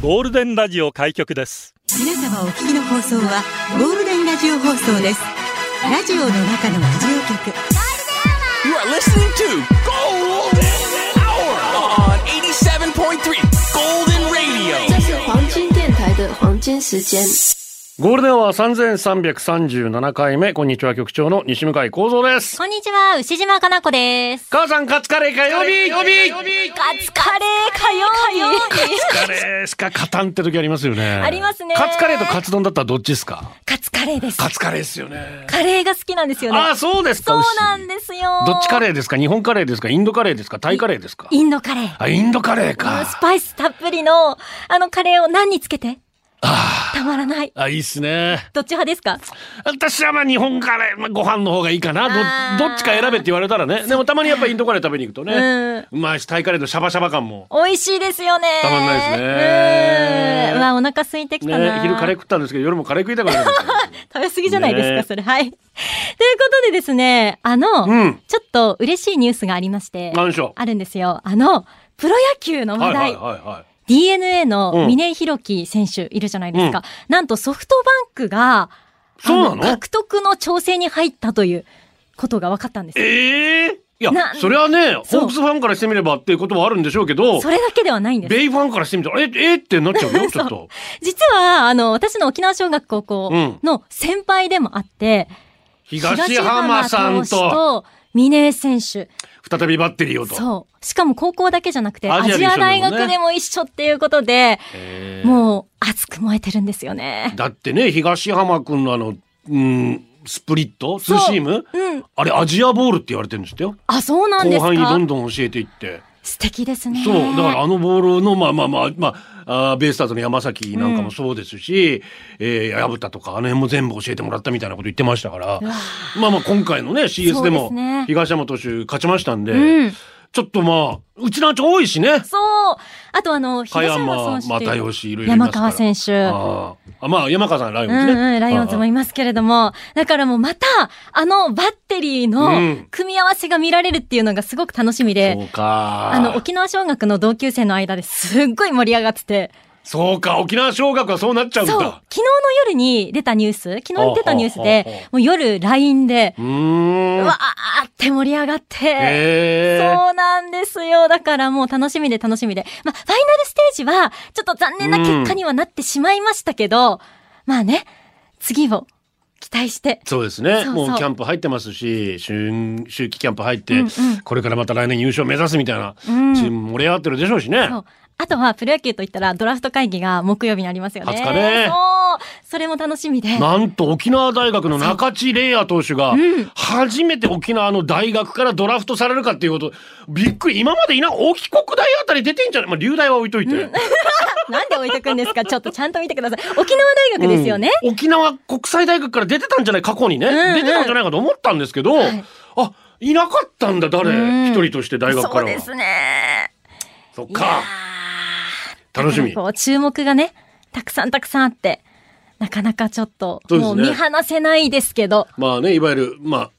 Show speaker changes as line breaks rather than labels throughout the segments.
ゴールデンラジオ開局です
皆様お聞きの放送はゴールデンラジオ放送ですラジオの中のラジオ局
You are listening to Golden Hour on 87.3 Golden Radio.
这是黄金电台的黄金时间。
ゴールデンは三千三百三十七回目、こんにちは局長の西向井光三です。
こんにちは、牛島かな子です。
母さんカツカレー火曜日、曜日、曜日。
カツカレー火曜
カ
日。
レーしか勝たんって時ありますよね。あ
りますね
カツカレーとカツ丼だったらどっちですか。
カ ツカレーです。
カツカレーですよね。
カレーが好きなんですよね。
ああ、そうですか。
そう
牛
なんですよ。
どっちカ
レー
レーですか。日本カレーですか。インドカレーですか。タイカレーですか。
インドカレー。
あ、インドカレー
ス
か。
パイスたっぷりの、あのカレーを何につけてたまらない。
あ、いいっすね。
どっち派ですか
私はまあ日本カレー、まあ、ご飯の方がいいかな。
あー
ど、どっちか選べって言われたらね。でもたまにやっぱインドカレー食べに行くと
うん
ね。うまいし、タイカレーのシャバシャバ感も。
美味しいですよね。
たまんないですね
うんうわ、お腹空いてき
ね
たな。
昼カレー食ったんですけど夜もカレー食いたくなるんですよ
食べ過ぎじゃないですか、
ね
それ。はい。ということでですね、あの、
うん
ちょっと嬉しいニュースがありまして、
何でしょう
あるんですよ。あの、プロ野球の
は
話題。
いはいはいはい
DNA
う
の
ん
峰井宏樹選手いるじゃないです
う
か。
ん
なんとソフトバンクが、
そうなの
あ獲得の調整に入ったということが分かったんですよ。
ええいや
な
それはね
そう
ホークスファンからしてみればっていうこともあるんでしょうけど
それだけではないんです。
ベイファンからしてみたらええってなっちゃうよ ちょっと
実は、あの、私の沖縄小学高校の先輩でもあって、
東浜さん
東浜投手
と
と峰井選手。
再びバッテリーをと
そう。しかも高校だけじゃなくて、
ア
ア
ジアで
ジ
一緒
ア
だもんね
大学でも一緒っていうことで、
えー
もう熱く燃えてるんですよね。
だってね東浜君のあのうんスプリットツーシーム
うん。
あれアジアボールって言われてるんですってよ
あ、そうなんで
後
すか
半にどんどん教えていって
素敵ですね。
そうだからあのボールのまあまあまあまああーベイスターズの山崎なんかもそうですし、えー薮田とかあの辺も全部教えてもらったみたいなこと言ってましたからまあまあ今回のね CS で
そうで
も
すね
東山投手勝ちましたんで、
うん
ちょっとまあうちのち多いしね
そう。あとあの、
加
東
山
山選手と
又
いう。
吉いろいろいま
山
すから
川選手。
あーあまあ山川さんライオ
う
ン
ん
ズね、
うん、ライオンズもいますけれども、だからもうまた、あのバッテリー
う
の
ん
組み合わせが見られるっていうのがすごく楽しみ
あー
で、
そうか
あの、沖縄小学の同級生の間ですっごい盛り上がってて、
そうか沖縄小学はそうなっちゃうん
そう、
だ
昨日の夜に出たニュース、昨日出たニュース
ほうほうほう
で、もう夜 LINE で、
うーん
うわーって盛り上がって、
へー
そうなんですよ。だからもう楽しみで楽しみで。まあ、ファイナルステージは、ちょっと残念な結果にはなってしまいましたけど、まあね、次を期待して。
そうですね
そうそう
もうキャンプ入ってますし春秋季キャンプ入って、
うんうん
これからまた来年優勝目指すみたいなチ
うん
ームも盛り上がってるでしょうしね、
そうあとは、プロ野球といったら、ドラフト会議が木曜日にありますよね。
20日ね
そう。それも楽しみで。
なんと沖縄大学の中地玲也投手が初めて沖縄の大学からドラフトされるかっていうことびっくり今までいな沖国大あたり出てんじゃないまあ留大は置いといて、
なんで置いてくんですかちょっとちゃんと見てください。沖縄大学ですよね。
うん沖縄国際大学から出てたんじゃない過去にね、
んうん
出てたんじゃないかと思ったんですけど、
い
あいなかったんだ誰
うん
一、人として大学か
そう
ら
で
は
すね。
そっ
いや
か楽しみ
だからこう注目がね、たくさんたくさんあって、なかなかちょっと、
そうです
もう
ね
見放せないですけど。
まあね、いわゆる、まあ、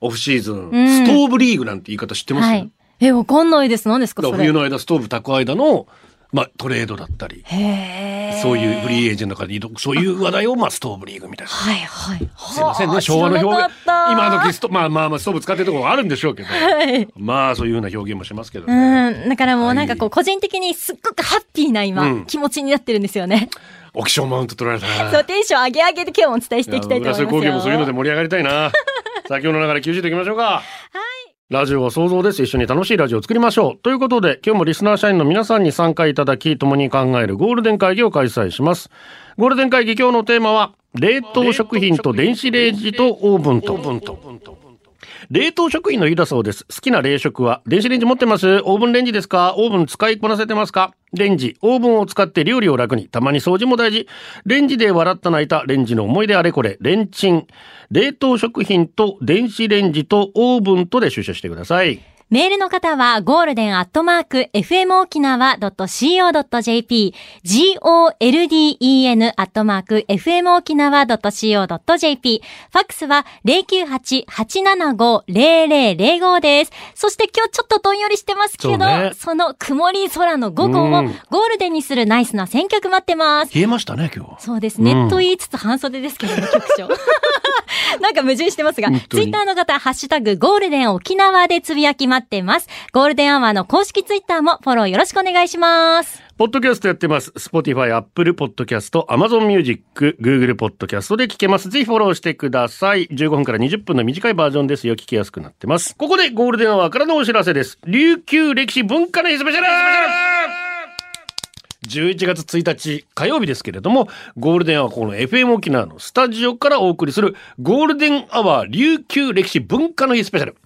オフシーズン、
うん
ストーブリーグなんて言い方知ってます、
はい。え、わかんないです。何ですか
だか
そ
ら
れ
冬。の間、ストーブ炊く間の、まあ、トレードだったり、
へー
そういうフリーエージェントとかで移動、そういう話題を、まあ、ストーブリーグみたいな。
はいはい。
すいません
は
ね、
あ
昭和の表現
知。らな
今
かった
時スト、まあまあまあ、ストーブ使ってるところもあるんでしょうけど、
はい。
まあ、そういうふうな表現もしますけどね。
うん。だからもうなんかこ
は
う、個人的にすっごくハッピーな今、
うん
気持ちになってるんですよね。
オキションマウント取られたな。
そう、テンション上げ上げで今日もお伝えしていきたいと思います
いや浦添
よ。
工業もそういうので盛り上がりたい な。先ほどの流れ休止でいきましょうか。ラジオは想像です。一緒に楽しいラジオを作りましょう。ということで、今日もリスナー社員の皆さんに参加いただき、共に考えるゴールデン会議を開催します。ゴールデン会議今日のテーマは、冷凍食品と電子レンジとオーブンと。冷凍食品の日だそうです。好きな冷食は、電子レンジ持ってますオーブンレンジですかオーブン使いこなせてますかレンジ、オーブンを使って料理を楽に、たまに掃除も大事。レンジで笑った泣いた、レンジの思い出あれこれ、レンチン。冷凍食品と電子レンジとオーブンとで出社してください。
メールの方は、ゴールデンアットマーク、fmokinawa.co.jp、golden アットマーク、fmokinawa.co.jp、ファックスは098-875-0005です。そして今日ちょっとどんよりしてますけ
そ
ど、
うね
その曇り空の午後を
う
ゴ
ん
ールデンにするナイスな選曲待ってます。
冷えましたね、今日は。
そうですね、
うん
と言いつつ半袖ですけどね、局 長。なんか矛盾してますが
本、当
ツ
に
イッターの方、ハッシュタグ、ゴールデン沖縄でつぶやき待ってます。ゴールデンアワーの公式ツイッターもフォローよろしくお願いします。
ポッドキャストやってます。Spotify、Apple Podcast、Amazon Music、Google Podcast で聞けます。ぜひフォローしてください。15分から20分の短いバージョンですよ。聞きやすくなってます。ここでゴールデンアワーからのお知らせです。琉球歴史文化の日スペシャル11月1日火曜日ですけれども、ゴールデンアワーこの FM 沖縄のスタジオからお送りするゴールデンアワー琉球歴史文化の日スペシャル。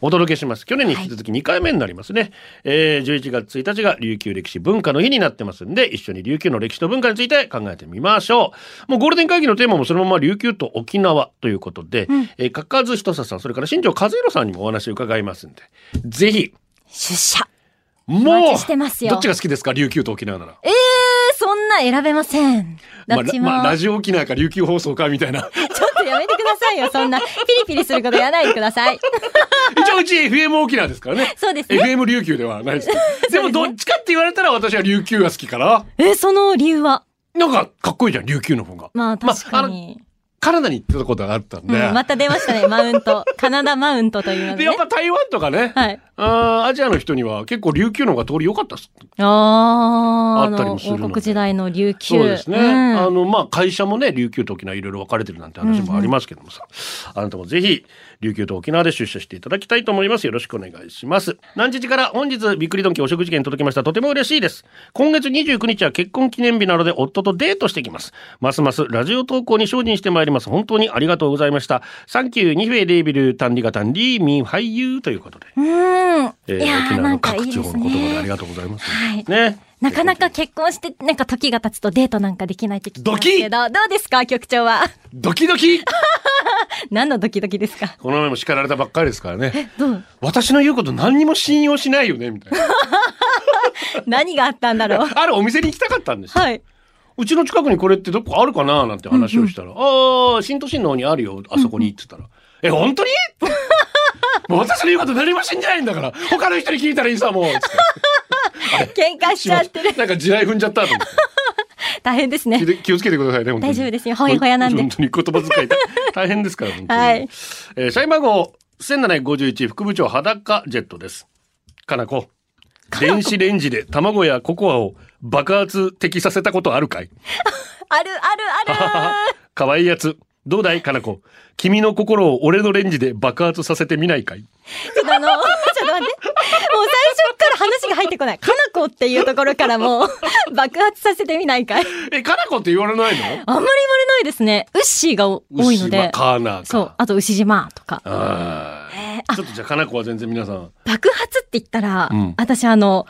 お届けします。去年に引き続き2回目になりますね。えー、11月1日が琉球歴史文化の日になってますんで、一緒に琉球の歴史と文化について考えてみましょう。もうゴールデン会議のテーマもそのまま琉球と沖縄ということで、えー、かかずひとささん、それから新庄和弘さんにもお話を伺いますんで、ぜひ、
出社。
も
待
う、
ちしてますよ
どっちが好きですか琉球と沖縄なら。
えー、そんな選べません。
まあ
どっちも。
まあ、ラジオ沖縄か琉球放送かみたい な。
ちょっとやめてくださいよ、そんな。ピリピリすることやらないでください。
一応うち FM 沖縄ですからね。
そうですね。
FM 琉球ではないですけど。でもどっちかって言われたら私は琉球が好きかな。
え、その理由は
なんかかっこいいじゃん、琉球の方が。
まあ
まあ
確かに。
カナダに行ってたことがあったんで。
うん、また出ましたね、マウント。カナダマウントというの
で、
で、
やっ
ね。
ぱ台湾とかね、
はい。
あーアジアの人には結構琉球の方が通り良かったっす。
ああ、
あったりもするの
あの王国時代の琉球。
そうですね。
ん
あの、まあ、会社もね、琉球と沖縄いろいろ分かれてるなんて話もありますけどもさ、あなたもぜひ、琉球と沖縄で出社していただきたいと思います。よろしくお願いします。何時から本日、びっくりドンキーお食事券届きました。とても嬉しいです。今月29日は結婚記念日なので、夫とデートしてきます。ますますラジオ投稿に精進してまいります。本当にありがとうございました。サンキュー、ニフェレービル、タンリガタンリーミン、ハイユーということで。
うん。
えー
いや
沖縄
ー、な
の
んかい
各
い
地
で
方
す
の言葉であり
ね。
がとうございます。
はい
ね。
なかなか結婚して、なんか時が経つとデートなんかできないって聞きますけど、どうですか、局長は。
ドキドキ
何のドキドキですか
この前も叱られたばっかりですからね。
どう
私の言うこと何にも信用しないよね、み たいな。。
何があったんだろう
あるお店に行きたかったんですよ。
はい。
うちの近くにこれってどこあるかななんて話をしたら、ああ、新都心の方にあるよ、あそこにって言 ったら、え、本当にもう私の言うこと何も信じないんだから、他の人に聞いたらいいさ、もう。つって
喧嘩しちゃってる。
なんか地雷踏んじゃったと思って。
大変で す
気
ね。
で気をつけてくださいね、本当に
大丈夫ですよほやほやなんで
本当に言葉 遣い大変ですから、本当に。
はい
えー社員番号1751副部長裸ジェットです。かなこ。電子レンジで卵やココアを爆発的させたことあるかい
あるあるあ る
かわいいやつ。どうだいかなこ。君の心を俺のレンジで爆発させてみないかい
ちょっとあの、ちょっと待って。もう最初から話が入ってこない。かなこっていうところからもう爆発させてみないかい。
え、かなこって言われないの
あんまり言われないですね。ウッシーが多いの
牛は
で。
カーナーか。
そう。あと、牛島とか。
あー
えーあ
ちょっとじゃあ、かなこは全然皆さん。は
爆発って言ったら、
うん
私あの、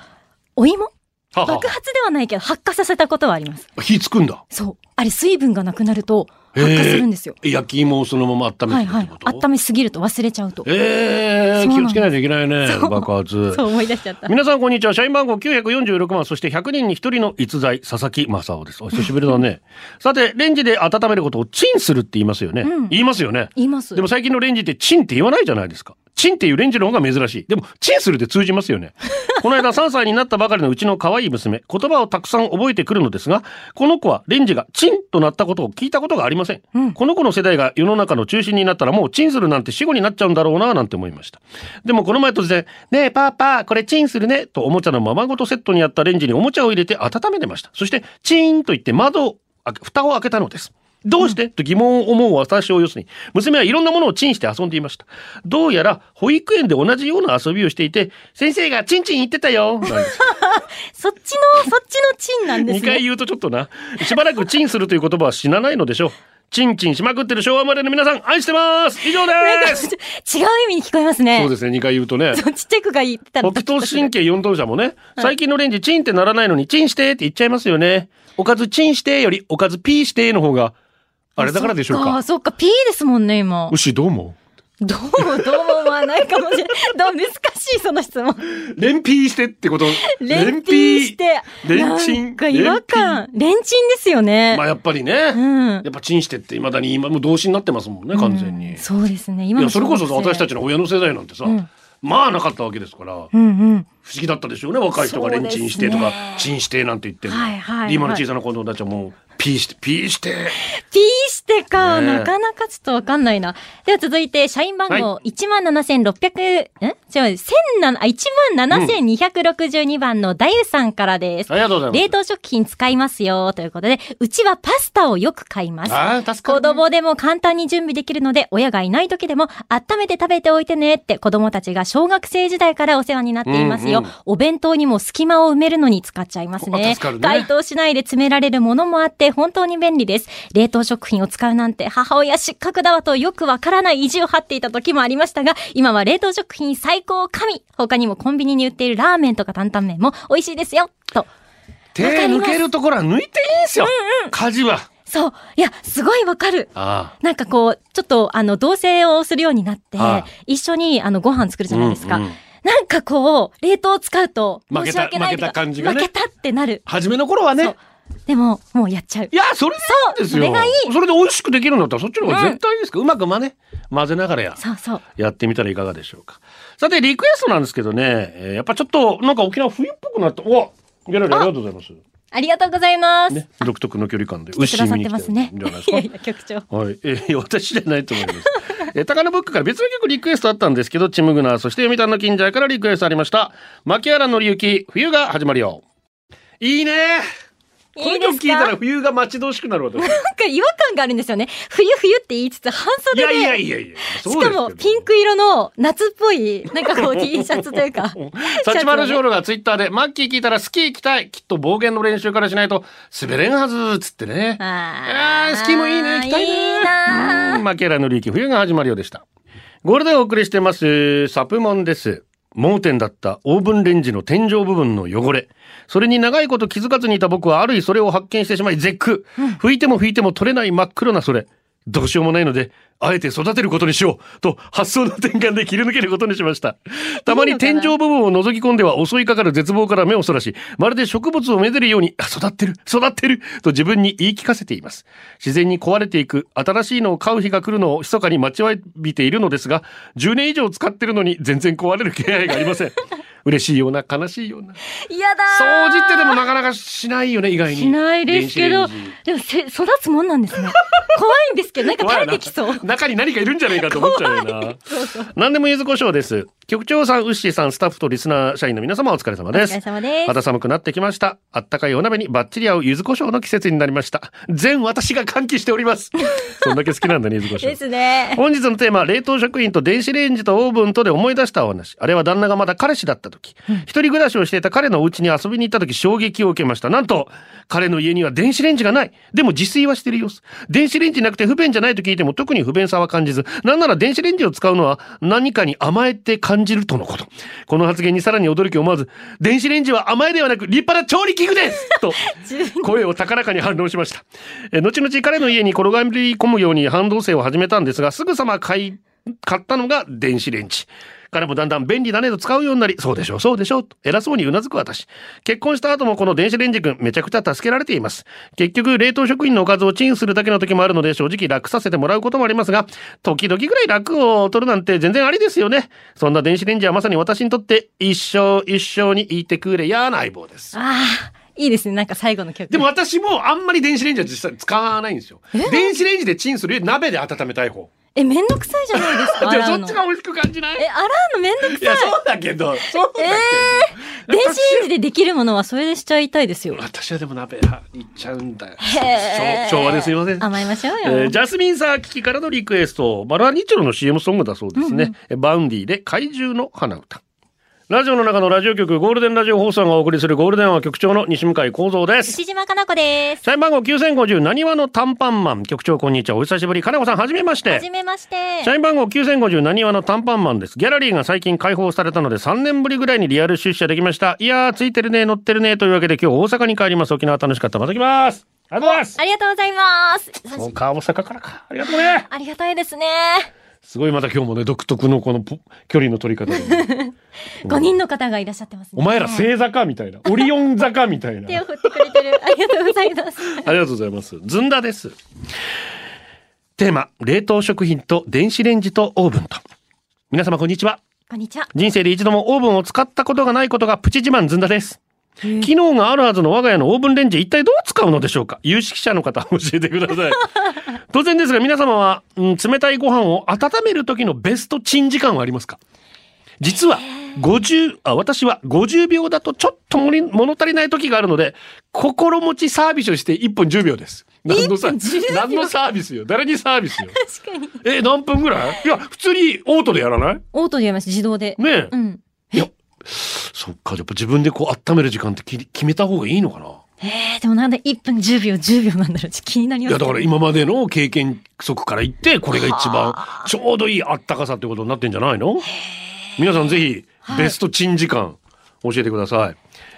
お芋
あは
爆発ではないけど、発火させたことはあります。
あ火つくんだ。
そう。あれ、水分がなくなると、発火するんですよ。
焼き芋をそのまま温
は
め
い
てるっ
は
て
い
こ。と、
温めすぎると忘れちゃうと。
ええ
そうなんです
気をつけないといけないね
そう
爆発
そう思い出しちゃった。
皆さんこんにちは社員番号946番そして100人に1人の逸材佐々木正夫ですお久しぶりだ ねさてレンジで温めることをチンするって言いますよね、
うん
言いますよね
言います。
でも最近のレンジってチンって言わないじゃないですか。チンっていうレンジの方が珍しい。でも、チンするって通じますよ ね。この間3歳になったばかりのうちの可愛い娘、言葉をたくさん覚えてくるのですが、この子はレンジがチンとなったことを聞いたことがありません。
うん
この子の世代が世の中の中心になったらもうチンするなんて死後になっちゃうんだろうなぁなんて思いました。でもこの前突然、ねえパパ、これチンするね、とおもちゃのままごとセットにあったレンジにおもちゃを入れて温めてました。そして、チーンと言って窓を開け、蓋を開けたのです。どうして、と疑問を思う私を要するに、娘はいろんなものをチンして遊んでいました。どうやら保育園で同じような遊びをしていて、先生がチンチン言ってたよ。なんです
そっちの、そっちのチンなんで
2
す
回
ね。
言うとちょっとな。しばらくチンするという言葉は死なないのでしょう。チンチンしまくってる昭和生まれの皆さん、愛してます以上です
違う意味に聞こえますね。
そうですね、2回言うとね。
そうちっちゃい子が言ってたら
北東神経4等車もね、最近のレンジチンってならないのにチンしてって言っちゃいますよね。おかずチンしてよりおかずピーしての方が、あれだからでしょうか。
そっか、そっか、P ですもんね、今
牛どう思う
どうもどうも思わないかもしれない。どう難しいその質問。
連ピーしてってこと。
レンピーして。
レンチン
なんか違和感。レンチンです
連
よ
ピー
ね。
まあやっぱりね。
うん
やっぱチンしてっていまだに今もう動詞になってますもんね、完全に。
うんそうですね。今
い
の
や、それこそ
小学生
私たちの親の世代なんてさ、
うん
まあなかったわけですから、
うんうん。
不思議だったでしょうね、若い人がレンチンしてと
そ
か
うですね、
チンしてなんて言っても。
はいはいはい
で今の小さな子供たちはもう、ピーして、ピーして。
ピーしてか、
ねえ
なかなかちょっとわかんないな。では続いて、社員番号
は
17,600、ん違う、17,000あ17,262番のダユさんからです
あ。りがとうござい
冷
ます。
凍食品使いますよ、ということで、うちはパスタをよく買います。
ああ、助か
子
る。
供でも簡単に準備できるので、親がいない時でも温めて食べておいてねって子供たちが小学生時代からお世話になっていますよ。
うんうん
お弁当にも隙間を埋めるのに使っちゃいます
あ
ね。
助かるね
解凍しないで詰められるものもあって本当に便利です。冷凍食品を使うなんて母親失格だわとよくわからない意地を張っていた時もありましたが、今は冷凍食品最高神他にもコンビニに売っているラーメンとか担々麺も美味しいですよと。
手
わかり
抜
ます
けるところは抜いていいんですよ。家事は。
そう。いや、すごいわかる。
あ
なんかこう、ちょっと、あの、同棲をするようになって
は、
一緒に、あの、ご飯作るじゃないですか。
うんうん
なんかこう、冷凍を使うと、
負
申
け
した訳ないとか
負けた感じがね
負けたってなる。
あ。初めの頃は
そ
ね
う。でも、もうやっちゃう
い。や、それでいいんですよ。
そうそれがいい
それで美味しくできるんだったら、そっちの方が絶対いいですから、うまくまね、混ぜながらや。
そうそう。
やってみたらいかがでしょうか。さて、リクエストなんですけどね、えーやっぱちょっと、なんか沖縄冬っぽくなって、おギャラリーありがとうございます。
ありがとうございます。
ね、独特の距離感で、
来てくださってますね。
牛見に来てるんじゃないですか。
いやいや、局長。
はい、えー私じゃないと思います。 えー、高野ブックから別の曲リクエストあったんですけど、チムグナー、そして読谷の近所からリクエストありました。牧原のりゆき、冬が始まるよ。いいねこ
い
の
いで
曲
す
聞いたら
か
冬が待ち遠しくなる わけです。
なんか違和感があるんですよね。冬冬って言いつつ、半
い
袖
や
で。
いやいやいや、そう
し
です
か
けど
も、ピンク色の夏っぽい、なんかこう、T シャツというか。
サチマル
シ
ジョ
ャツ
ー
をね
ルがツイッターで、マッキー聞いたらスキー行きたい。きっと暴言の練習からしないと滑れんはず、つってね。
あ
あースキーもいいね、行きたいね。
いいな
う
ー
んマケラの利益、冬が始まるようでした。ゴールデンお送りしてます、サプモンです。盲点だったオーブンレンジの天井部分の汚れ。それに長いこと気づかずにいた僕はある日それを発見してしまい絶句。拭いても拭いても取れない真っ黒なそれ。どうしようもないので、あえて育てることにしようと発想の転換で切り抜けることにしました。たまに天井部分を覗き込んでは襲いかかる絶望から目をそらし、まるで植物をめでるように、あ育ってる、育ってると自分に言い聞かせています。自然に壊れていく、新しいのを買う日が来るのを密かに待ちわびているのですが、10年以上使ってるのに全然壊れる気配がありません。嬉しいような、悲しいような。
嫌だー
掃除ってでもなかなかしないよね、意外に。
しないですけど
電子レンジ、
でもせ育つもんなんですね。怖いんですけど、なんか垂れてきそう。
中に何かいるんじゃないかと思っちゃうよ な。何でも柚子胡椒です。局長さん、ウッシーさん、スタッフとリスナー社員の皆様お疲れ様です。
お疲れ様です
肌寒くなってきました。あったかいお鍋にバッチリ合う柚子胡椒の季節になりました。全私が歓喜しており ます。そんだけ好きなんだね、柚子胡椒。
ですね。
本日のテーマ、冷凍食品と電子レンジとオーブンとで思い出したお話。あれは旦那がまだ彼氏だった時、一人暮らしをしていた彼のお家に遊びに行った時衝撃を受けました。なんと、彼の家には電子レンジがない。でも自炊はしてる様子。電子レンジなくて不便じゃないと聞いても特に不便さは感じず、なんなら電子レンジを使うのは何かに甘えて感じるとのこと。この発言にさらに驚き思わず、電子レンジは甘えではなく立派な調理器具ですと、 声を高らかに反論しました。えー後々彼の家に転がり込むように半導性を始めたんですが、すぐさま買い、買ったのが電子レンジ。彼もだんだん便利だねと使うようになり、そうでしょう、そうでしょう、と偉そうにうなずく私。結婚した後もこの電子レンジくん、めちゃくちゃ助けられています。結局、冷凍食品のおかずをチンするだけの時もあるので、正直楽させてもらうこともありますが、時々ぐらい楽を取るなんて全然ありですよね。そんな電子レンジはまさに私にとって、一生一生にいてくれやな相棒です。
ああ、いいですね。なんか最後の曲。
でも私もあんまり電子レンジは実際使わないんですよ。電子レンジでチンするより鍋で温めたい方。
え、めんどくさいじゃないです
で
か。
も
洗
そうっ
の
ち。が美味しく感じない
え、洗うのめんどく
いや、
さい。
そうだけど、そうだけど。
電子レンジでできるものはそれでしちゃいたいですよ。
私はでも鍋派いっちゃうんだよ。
へー
昭昭和ですいません。
甘えましょうよ。
えージャスミンサーキキからのリクエスト。バラニチョロの CM ソングだそうですね。えバウンディで怪獣の花歌。ラジオの中のラジオ局、ゴールデンラジオ放送がお送りするゴールデンは局長の西向井幸三です。
石島かな子です。
社員番号9050、なにわの短パンマン。局長、こんにちは。お久しぶり。金子さん、はじめまして。
はじめまして。
社員番号9050なにわの短パンマンです。ギャラリーが最近開放されたので3年ぶりぐらいにリアル出社できました。いやー、ついてるね、乗ってるね、というわけで今日大阪に帰ります。沖縄楽しかった。また来ます。ありがとうござい
ありがとうございます。
ます。そうか、大阪からか。ありがとうね。
ありがたいですね。
すごいまた今日もね独特のこのポ距離の取り方で ね
五人の方がいらっしゃってます
お
ね。
前ら
手
星座かみたいなオリオン座かみたいな
を振ってくれて る。ありがとうございます。
ありがとうございます。ずんだです。テーマ、冷凍食品と電子レンジとオーブンと。皆様こんにちは。
こんにちは。
人生で一度もオーブンを使ったことがないことがプチ自慢ずんだです。機能があるはずの我が家のオーブンレンジ一体どう使うのでしょうか有識者の方教えてください。当然ですが皆様は、うん冷たいご飯を温める時のベストチン時間はありますか実は50あ私は50秒だとちょっともり物足りない時があるので心持ちサービスをして1分10秒です。何のサ
1分10秒
何のサービスよ誰にサービスよ
確かに。
え何分ぐらいいや普通にオートでやらない
オートでやります。自動で。
ねえ
うん。
いや、そっか、やっぱ自分でこう温める時間ってき決めた方がいいのかな。
えー、でもなんで1分10秒、10秒なんだろう。ちょっと気になり
い
ます
や、
け
だ
ど。
から今までの経験則から言って、これが一番ちょうどいいあったかさってことになってんじゃないの皆さんぜひ、ベストチン時間、教えてください。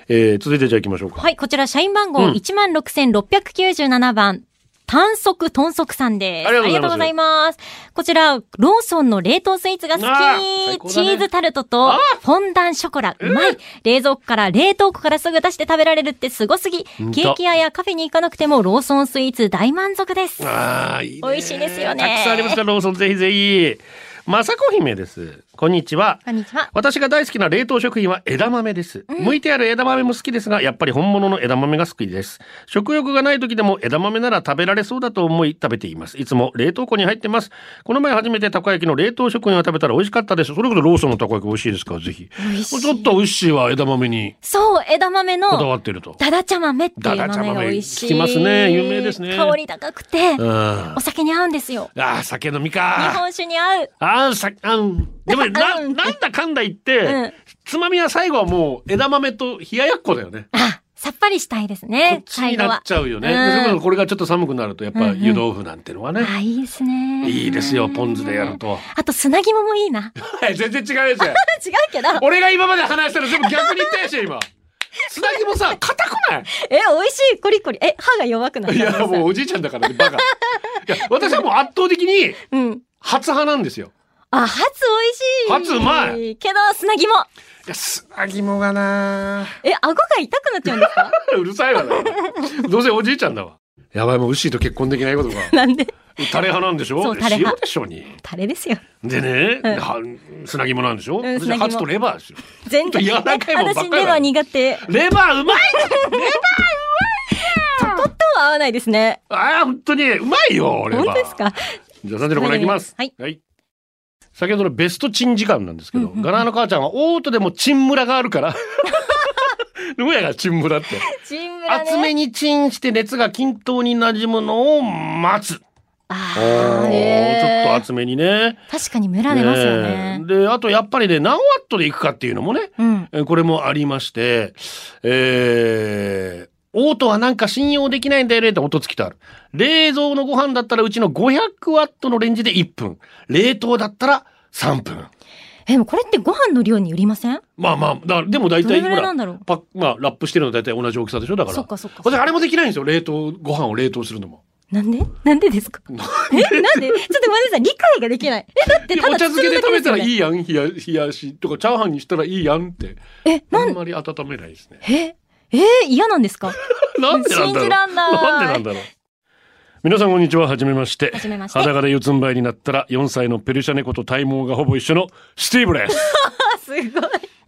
えー、続いてじゃあ行きましょうか。
はい、こちら社員番号
うん
16,697番。短足、豚足さんです。
ありがとうござい
ます。こちら、ローソンの冷凍スイーツが好き、
あー最高だ
チ
ね
ーズタルトと
あ
フォンダンショコラ、うまい冷蔵庫から冷凍庫からすぐ出して食べられるってすごすぎケ
ほんと
ーキ屋やカフェに行かなくてもローソンスイーツ大満足です。
ああ、いいね。
美味しいですよね
たくさんありますから、ローソンぜひぜひ。まさこ姫です。こんにちは。
こんにちは。
私が大好きな冷凍食品は枝豆です、剥いてある枝豆も好きですがやっぱり本物の枝豆が好きです食欲がない時でも枝豆なら食べられそうだと思い食べていますいつも冷凍庫に入ってますこの前初めてたこ焼きの冷凍食品を食べたら美味しかったですそれこそローソンのたこ焼き美味しいですからぜひ
美味しい
ちょっとウッシーは枝豆に
そう、枝豆
こだわ
の
ってると
ダダ茶豆っていう
ダダ茶
豆
豆
が美味しい。
聞きますね有名ですね
香り高くて
う、んあ
お酒に合うんですよ。
ー酒飲み
日
か
本酒に合う。
あーさあんで もな
う
なんんだかんだ言って、
うん
つまみは最後はもう枝豆と冷ややっこだよね
あ、さっぱりしたいです
こ
ね
っ。ちに
最後
なっ
は。
ちゃうよね。
うん
それこそこれがちょっと寒くなるとやっ
うん
ぱ
うん
湯豆腐なんてのはね、
あ、いいですね。
いいですよポン酢でやると。
あと砂肝もい いな。
はい 全然違うやつや。
違うけど。
俺が今まで話したの全部逆に言ったやつ や今。砂肝さ硬くない。
え、美味しい、コリコリ。え、歯が弱くなっ
い
たんで
や
す
もうおじいちゃんだからね バカ。いや私はもう圧倒的に
うん。
初派なんですよ。
あ、ハツ美味し
ハツ
い。
うま
い。けど、砂肝。
いや砂肝がな。
え、顎が痛くなっちゃうんで すか
うるさいわな。どうせおじいちゃんだわ。やばいもう牛と結婚できないことが。
なんで
タレ派なんでしょ。
そうタレ
塩
派
でしょに。
タレですよ。
でね、
うん
は砂肝なんでしょ。
うん
私
砂肝
ハツとレバーですよ。
全
ちょっと
然。
柔らかいもんばっか
私、
りだ
レバー苦手。と
レバーうまい
は合わないですね。
ああ、本当にうまいよ、レバー。
本当ですか
じゃあ、3時のコーナーいきます。
はい
先ほどのベストチン時間なんですけど、
うんうん
ガラーの母ちゃんはオートでもチンムラがある から。どうやがチンムラって。
チンムラ
厚め
ね。
にチンして熱が均等になじむのを待つ。
あ
お
ー
ー
へ
ちょっ
ー
と厚めにね。
確かにムラ出ますよね
ね。えで、あとやっぱりね、何ワットでいくかっていうのもね、
うん。
えーこれもありまして、えー、オートはなんか信用できないんだよねって音つきとある。冷蔵のご飯だったらうちの500ワットのレンジで1分。冷凍だったら3分。
え、でもこれってご飯の量によりません
まあまあ、だからでも大
ど
体
れぐ
ほ
らいな
ら
ん、だろう
パッまあ、ラップしてるの大体同じ大きさでしょだから。
そっかそっか。
私あれもできないんですよ。冷凍、ご飯を冷凍するのも。
なんでなんでですかえなんでちょっとごめんなさい。理解ができない。え、だって
いや
た
お
だ
茶漬けで食べたらい
い。
いやん、冷や、冷やしとか、チャーハンにしたらいいやんって。
え、な
あん
ん、
まり温めないですね。
え、えー、嫌な んですかは
なんでなんだろう
信じらんない
んでなんだろう皆さんこんにちははじめまして
じめまして
裸で四つん這いになったら4歳のペルシャ猫と体毛がほぼ一緒のスティーブです
すごい。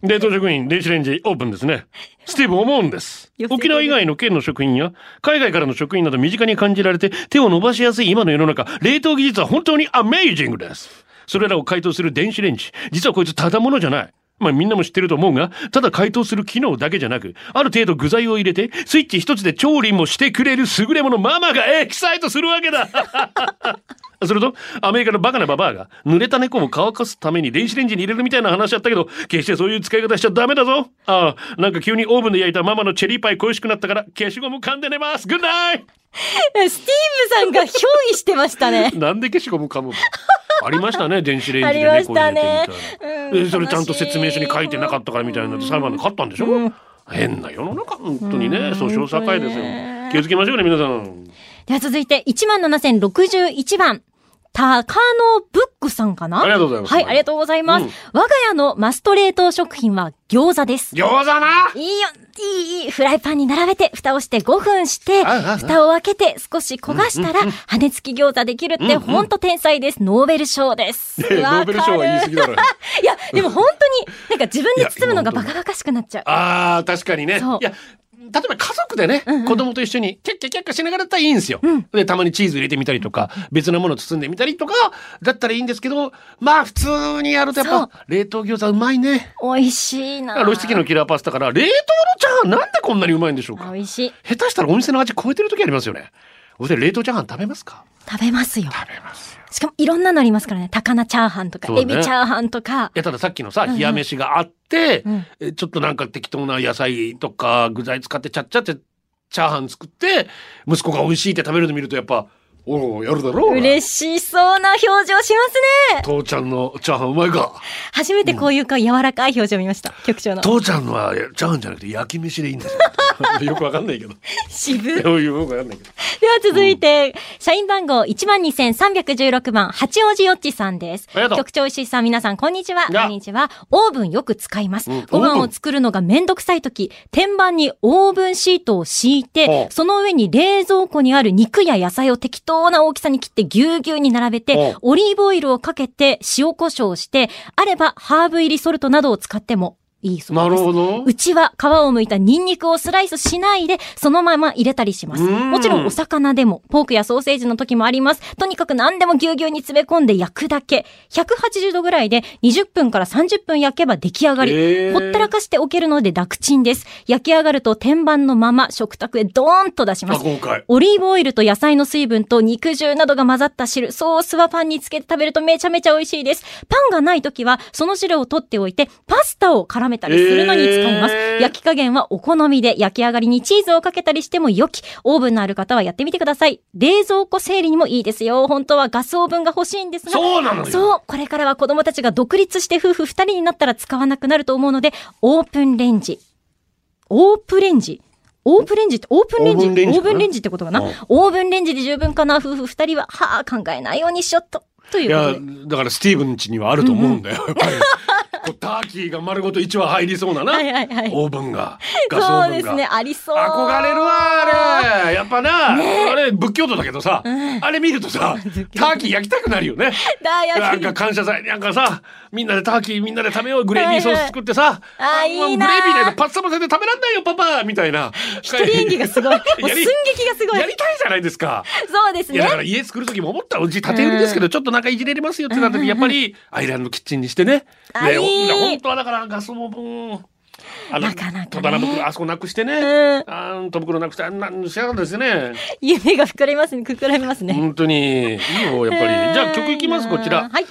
冷凍食品電子レンジオープンです ねスティーブ思うんです
寄せて
沖
る
縄以外の県の食品や海外からの食品など身近に感じられて手を伸ばしやすい今の世の中冷凍技術は本当にアメイジングですそれらを解凍する電子レンジ実はこいつただものじゃないまあみんなも知ってると思うが、ただ解凍する機能だけじゃなく、ある程度具材を入れて、スイッチ一つで調理もしてくれる優れものママがエキサイトするわけだすると、アメリカのバカなババアが、濡れた猫を乾かすために電子レンジに入れるみたいな話だったけど、決してそういう使い方しちゃダメだぞああ、なんか急にオーブンで焼いたママのチェリーパイ恋しくなったから、消しゴム噛んで寝ますグッナイ
えスティーブさんが憑依してましたね。
なんで消しゴム噛 むのありましたね、電子レン
あ
ジで
り
ね
ましたね
こういうのやってみたいな。
う
えそれちゃんと説明書に書いてなかったからみたいになって裁判で勝ったんでしょ、変な世の中本当にね訴訟境ですよ
本当ね
気をつけましょうね皆さん
では続いて、17,061番。高野ブックさんかな
ありがとうございます
はい、ありがとうございます。
うん
我が家のマスト冷凍食品は餃子です。
餃子ない
いよ、いい、いい。フライパンに並べて、蓋をして5分して、
ああ
蓋を開けて少し焦がしたら、羽根付き餃子できるってほんと天才です。ノーベル賞です。
ええ ノーベル賞は言い過ぎだろ
わかるいや、でも本当に、なんか自分で包むのがバカバカしくなっちゃう。
あー、確かにね。い
そう
や、例えば家族でね、子供と一緒に、キャッキャッキャッキャしながらだったらいいんですよ、で、たまにチーズ入れてみたりとか、別のもの包んでみたりとか、だったらいいんですけど、まあ普通にやるとやっ
そう
ぱ、冷凍餃子うまいね。
美味しいな。
露出機のキラーパスタから、冷凍のチャーハンなんでこんなにうまいんでしょう
あ
か
美味しい。
下手したらお店の味超えてる時ありますよね。お店冷凍チャーハン食べますか
食べますよ。
食べますよ。
しかもいろんなのありますからね。高菜チャーハンとか、
そうね
エビチャーハンとか
い。やたださっきのさ冷や飯があって、
うん
えちょっとなんか適当な野菜とか具材使ってちゃっちゃってチャーハン作って息子が美味しいって食べるの見るとやっぱ「おおやるだろうな」
嬉しそうな表情しますね。
父ちゃんのチャーハンうまいか
初めてこういうか柔らかい表情を見ました。局長の。
父ちゃんのはチャーハンじゃなくて焼き飯でいいんだよ よくわかんないけど
渋
よくわかんないけど
では続いて、社員番号12,316番、八王子よっちさんです。
ありがとう
局長石井さん、皆さん、こんにちは。
な
こんにちは。オーブンよく使います。
うん
ご
オー
飯
ブ
を
ン
作るのがめんどくさいとき、天板にオーブンシートを敷い
ほ
て、
う
その上に冷蔵庫にある肉や野菜を適当な大きさに切ってぎゅうぎゅうに並べ
ほ
て
う、
オリーブオイルをかけて、塩胡椒をして、あればハーブ入りソルトなどを使ってもいいそうで
な
す。
るほど
うちは皮を剥いたニンニクをスライスしないで、そのまま入れたりします。
うん
もちろんお魚でも、ポークやソーセージの時もあります。とにかく何でもぎゅうぎゅうに詰め込んで焼くだけ。180度ぐらいで20分から30分焼けば出来上がり。
へー
ほったらかしておけるので楽ちんです。焼き上がると天板のまま食卓へドーンと出しま
あ
す。
今回
オリーブオイルと野菜の水分と肉汁などが混ざった汁、ソースはパンにつけて食べるとめちゃめちゃ美味しいです。パンがない時は、その汁を取っておいて、パスタを絡めたりするのに使います。
えー
焼き加減はお好みで、焼き上がりにチーズをかけたりしても良き。オーブンのある方はやってみてください。冷蔵庫整理にもいいですよ。本当はガスオーブンが欲しいんですが。
そうなのよ
そう、これからは子供たちが独立して夫婦二人になったら使わなくなると思うので、オープンレンジ。オープンレンジオープンレンジって、オープンレンジ
オーブンレンジかな
オーブンレンジってことかな
うん
オーブンレンジで十分かな夫婦二人は、はあ、考えないようにしよっと。とい
いう
こ
や
とで。
だからスティーブン家にはあると思うんだよ、やっぱりこうターキーが丸ごと1羽入りそうなな、
はいはいはい
オーブンがガスオ
そ
ー
う
ブンが
ですね、ありそう。
憧れるわあれやっぱな、あれ仏教徒だけどさ、あれ見るとさターキー焼きたくなるよね
だや
なん
き
か 感謝祭なんかさみんなでターキーみんなで食べようグレービーソース作ってさ、
はいはいあー
もう
いいな
グレービーなんかパッサパサで食べらんないよパパみたいな
一人演技がすごい。もう寸
やり
劇がすごい
や。りたいじゃないですか
そうです
いやだか
ね。
ら家作る時も思ったうち建て売りですけど、ちょっと中いじれれますよってなった時やっぱりアイランドキッチンにしてね。
あ
ね
いい
本当はだからガスも分あの
なかなかね
戸棚袋あそこなくしてね、
うん
あん戸袋なくしてあんなしやがったですね
夢が膨らみますね。膨らみますね。
本当にいいよやっぱり、じゃあ曲いきますこちら、
はい。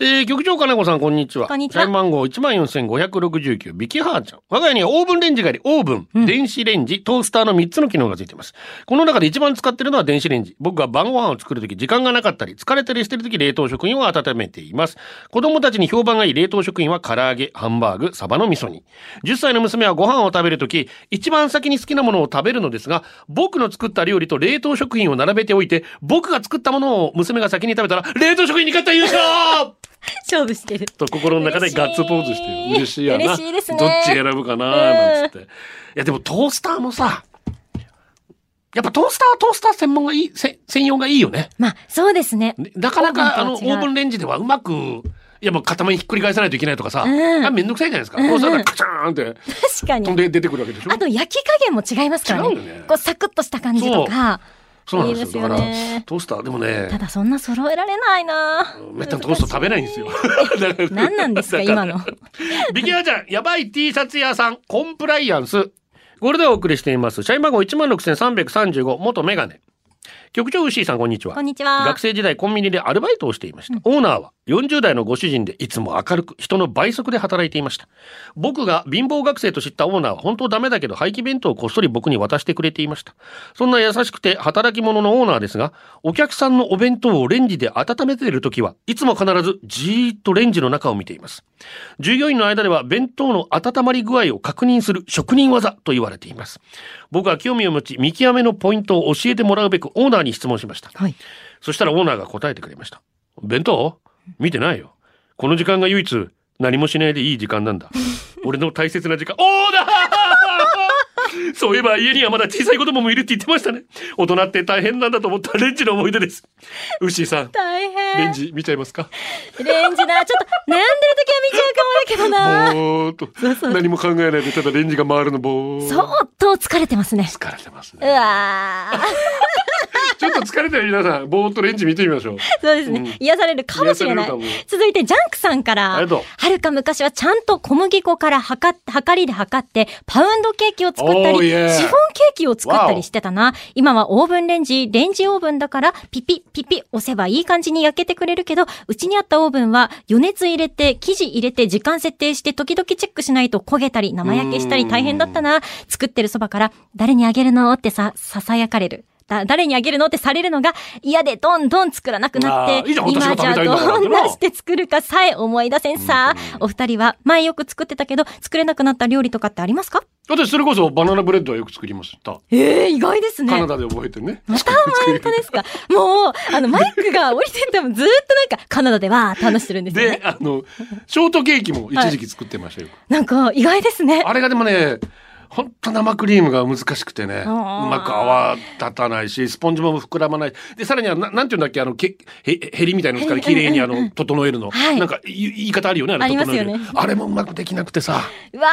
えー、局長金子さんこんにちは
こんにちは
社員番号14,569ビキハーちゃん我が家にはオーブンレンジがありオーブン、電子レンジトースターの3つの機能がついていますこの中で一番使ってるのは電子レンジ僕が晩ご飯を作る時時間がなかったり疲れたりしてる時冷凍食品を温めています子供たちに評判がいい冷凍食品は唐揚げハンバーグサバの味噌煮10歳の娘はご飯を食べる時一番先に好きなものを食べるのですが僕の作った料理と冷凍食品を並べておいて僕が作ったものを娘が先に食べたら冷凍食品に勝った優勝
勝負してる。
と心の中でガッツポーズしてる
嬉
嬉
し
し
い
いやな
嬉しいですね
どっち選ぶかななんつっていやでもトースターもさやっぱトースターはトースター専門がいいせ専用がいいよね
まあ、そうですね。
ねなかなかあの
オ
オ
ーブンとは違う
ーブンレンジではうまくいやもう塊ひっくり返さないといけないとかさ、
うん
あめんどくさいじゃないですか、トースターだったらカチャーンって
確か
飛ん
に。
で出てくるわけでしょ
あと、焼き加減も違いますから
違
ね
うよね。
こう、サクッとした感じとか。
そうなんですよだか
いいですよ
ら
ね
トースターでもね
ただ、そんな揃えられないな
めったにトースト食べないんですよ。 だから
何なんですか
だら
今の
ビキアちゃん、やばい T シャツ屋さん、コンプライアンス。これでお送りしています。社員番号16,335、元メガネ。局長牛井さん、こんにちは。
こんにちは。
学生時代コンビニでアルバイトをしていました、オーナーは40代のご主人でいつも明るく人の倍速で働いていました僕が貧乏学生と知ったオーナーは本当ダメだけど廃棄弁当をこっそり僕に渡してくれていましたそんな優しくて働き者のオーナーですがお客さんのお弁当をレンジで温めている時はいつも必ずじーっとレンジの中を見ています従業員の間では弁当の温まり具合を確認する職人技と言われています僕は興味を持ち見極めのポイントを教えてもらうべくオーナーに質問しました
はい。
そしたらオーナーが答えてくれました。弁当見てないよ。この時間が唯一何もしないでいい時間なんだ。俺の大切な時間。 おーだー そういえば家にはまだ小さい子供もいるって言ってましたね。大人って大変なんだと思ったレンジの思い出です。ウッシーさん、
大変
レンジ見ちゃいますか
レンジなちょっと悩んでる時は見ちゃうかも
ぼ
だけどな
ーっと。何も考えないで、ただレンジが回るのぼーっと。
相当疲れてますね
疲れてます
う
ね。
わー
ちょっと疲れてる皆さん、ぼーっとレンジ見てみましょう。
そうですね、
うん
癒されるかもしれな
癒
い
されるかも
続いてジャンクさんか
あ
ら
りがとう
はるか昔はちゃんと小麦粉から測っ測りで測ってパウンドケーキを作ったり
Oh, yeah.
シフォンケーキを作ったりしてたな今はオーブンレンジレンジオーブンだからピピピピ押せばいい感じに焼けてくれるけどうちにあったオーブンは余熱入れて生地入れて時間設定して時々チェックしないと焦げたり生焼けしたり大変だったな作ってるそばから誰にあげるのってさささやかれる。だ誰にあげるのってされるのが嫌でどんどん作らなくな
あ
っ
ー
て
いいじゃん私
今
が食
じ
べ
ゃ
たいんだから
どん
って
な
な
して作るかさえ思い出せんさお二人は前よく作ってたけど作れなくなった料理とかってありますか
私、それこそバナナブレッドはよく作りました。
ええ意外です
カ
ね
ナダで覚えてね。
また本当ですか もうあのマイクが降りててもずーっとなんかカナダでわーって話してるんですよ
で
ね、
あの、ショートケーキも一時期作ってましたよ。
なんか意外ですね
あれがでもね、ほんと生クリームが難しくてね、う
ー
まく泡立たないし、スポンジも膨らまない。で、さらには、ななんていうんだっけ、あの、けへへりみたいなのから綺麗にあの、整えるの。
はい
なんか、い言い方あるよね、あ
あ
れ
ります
整え
よ
る。
ね
あれもうまくできなくてさ、
うわ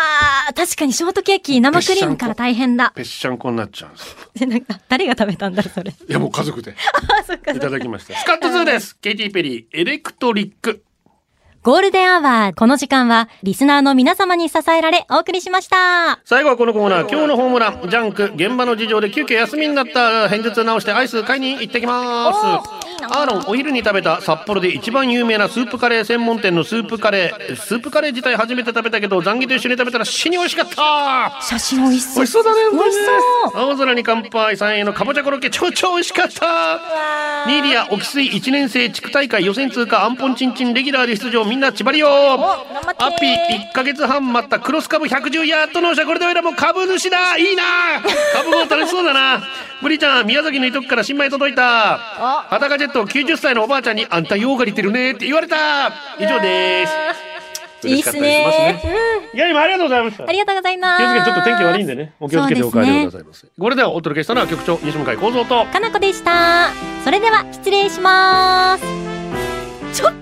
ー確かにショートケーキ生クリームから大変だ
ぺっしゃんこになっちゃうんですよ。
でなんか誰が食べたんだろうそ れ
いや、もう家族で。
あそっか
い
そっか
ただきました。スカット2です。ケイティ・ペリー、エレクトリック。
ゴールデンアワー、この時間は、リスナーの皆様に支えられ、お送りしました。
最後はこのコーナー、今日のホームラン、ジャンク、現場の事情で休憩休みになった、偏頭痛直してアイス買いに行ってきます。アーロン、お昼に食べた札幌で一番有名なスープカレー専門店のスープカレー、スープカレー自体初めて食べたけど、ザンギと一緒に食べたら死に美味しかった
写真美味しそう。
美味しそうだね、
美味しそう。
青空に乾杯、3円のかぼちゃコロッケ、超超美味しかったニーリア、沖水1年生地区大会予選通過、アンポンチンチンレギュラーで出場、みんな縛りよ
頑張って
アピ1ヶ月半待ったクロス株110やっと納車これで俺らも株主だいいな株も楽しそうだなブリちゃん宮崎のいとこから新米届いた裸ジェット90歳のおばあちゃんに「あんたようがりてるね」って言われた以上です
いいっすね。
いや今ありがとうございました
うん。ありがとうございます。
気をつけてちょっと天気悪いんでねお気をつけてお帰りをくださいませ、これではお届けしたのは局長西向井光三と
かなこでした。それでは、失礼します。ちょ、